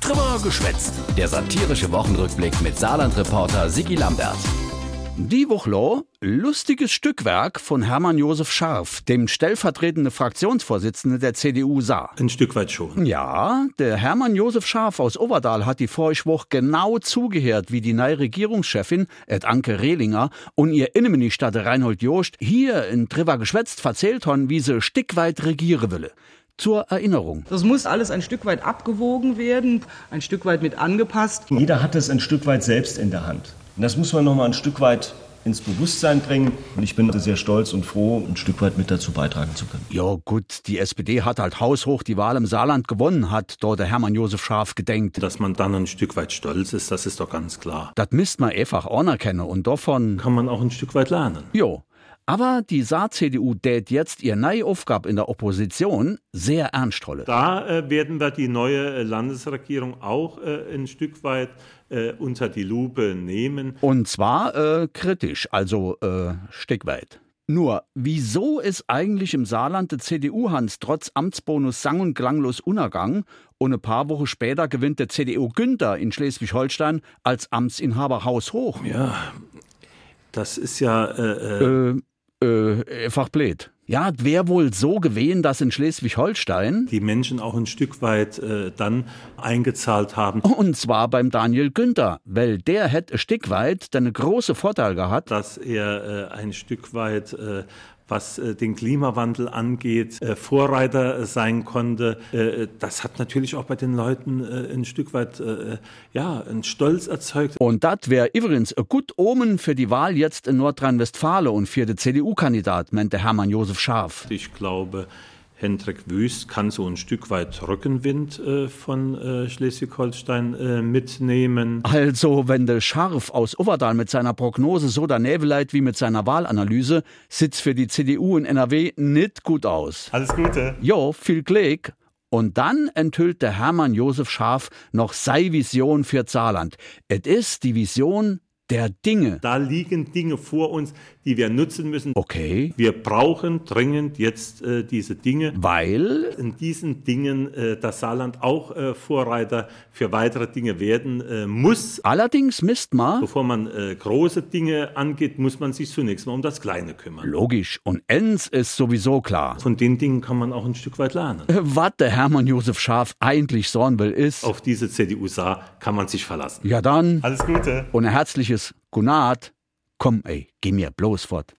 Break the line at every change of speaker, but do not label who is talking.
Trimmer geschwätzt. Der satirische Wochenrückblick mit Saarland-Reporter Sigi Lambert.
Die Wuchlow, lustiges Stückwerk von Hermann Josef Scharf, dem stellvertretenden Fraktionsvorsitzenden der CDU Saar.
Ein Stück weit schon.
Ja, der Hermann Josef Scharf aus Oberdahl hat die Vorschwoch genau zugehört, wie die neue Regierungschefin, Ed Anke Rehlinger, und ihr Innenminister der Reinhold Jost hier in Triva geschwätzt verzählt haben, wie sie stückweit regieren wille. Zur Erinnerung.
Das muss alles ein Stück weit abgewogen werden, ein Stück weit mit angepasst.
Jeder hat es ein Stück weit selbst in der Hand. Und das muss man noch mal ein Stück weit ins Bewusstsein bringen. Und ich bin sehr stolz und froh, ein Stück weit mit dazu beitragen zu können.
Ja gut, die SPD hat halt haushoch die Wahl im Saarland gewonnen, hat dort der Hermann Josef Scharf gedenkt.
Dass man dann ein Stück weit stolz ist, das ist doch ganz klar.
Das müsst man einfach anerkennen und davon...
Kann man auch ein Stück weit lernen.
Jo. Aber die Saar-CDU tät jetzt ihr neue Aufgabe in der Opposition sehr ernst holen.
Da äh, werden wir die neue äh, Landesregierung auch äh, ein Stück weit äh, unter die Lupe nehmen.
Und zwar äh, kritisch, also äh, steckweit. Nur, wieso ist eigentlich im Saarland der CDU-Hans trotz Amtsbonus sang- und klanglos unergangen und ein paar Wochen später gewinnt der CDU-Günther in Schleswig-Holstein als Amtsinhaber haushoch?
Ja, das ist ja. Äh, äh,
Äh, äh, einfach blöd. Ja, wär wohl so gewesen, dass in Schleswig-Holstein
die Menschen auch ein Stück weit äh, dann eingezahlt haben,
und zwar beim Daniel Günther, weil der hätte ein Stück weit den große Vorteil gehabt.
dass er äh, ein Stück weit, äh, was äh, den Klimawandel angeht, äh, Vorreiter äh, sein konnte. Äh, das hat natürlich auch bei den Leuten äh, ein Stück weit, äh, ja, einen Stolz erzeugt.
Und das wäre übrigens ein gut Omen für die Wahl jetzt in Nordrhein-Westfalen und für den CDU-Kandidat, meinte Hermann Josef Scharf.
Ich glaube, Hendrik Wüst kann so ein Stück weit Rückenwind äh, von äh, Schleswig-Holstein äh, mitnehmen.
Also, wenn der Scharf aus Overdal mit seiner Prognose so daneben leidet wie mit seiner Wahlanalyse, sitzt für die CDU in NRW nicht gut aus.
Alles Gute.
Jo, viel Glück. Und dann enthüllt der Hermann Josef Scharf noch sei Vision für Saarland. Es ist die Vision der Dinge.
Da liegen Dinge vor uns, die wir nutzen müssen.
Okay,
Wir brauchen dringend jetzt äh, diese Dinge.
weil
In diesen Dingen äh, das Saarland auch äh, Vorreiter für weitere Dinge werden äh, muss.
allerdings misst man,
Bevor man äh, große Dinge angeht, muss man sich zunächst mal um das Kleine kümmern.
logisch, und eins ist sowieso klar.
Von den Dingen kann man auch ein Stück weit lernen.
Was der Hermann Josef Scharf eigentlich sorgen will, ist,
Auf diese CDU-Saar kann man sich verlassen.
ja dann,
Alles Gute.
und ein herzliches Gunat, komm ey, geh mir bloß fort.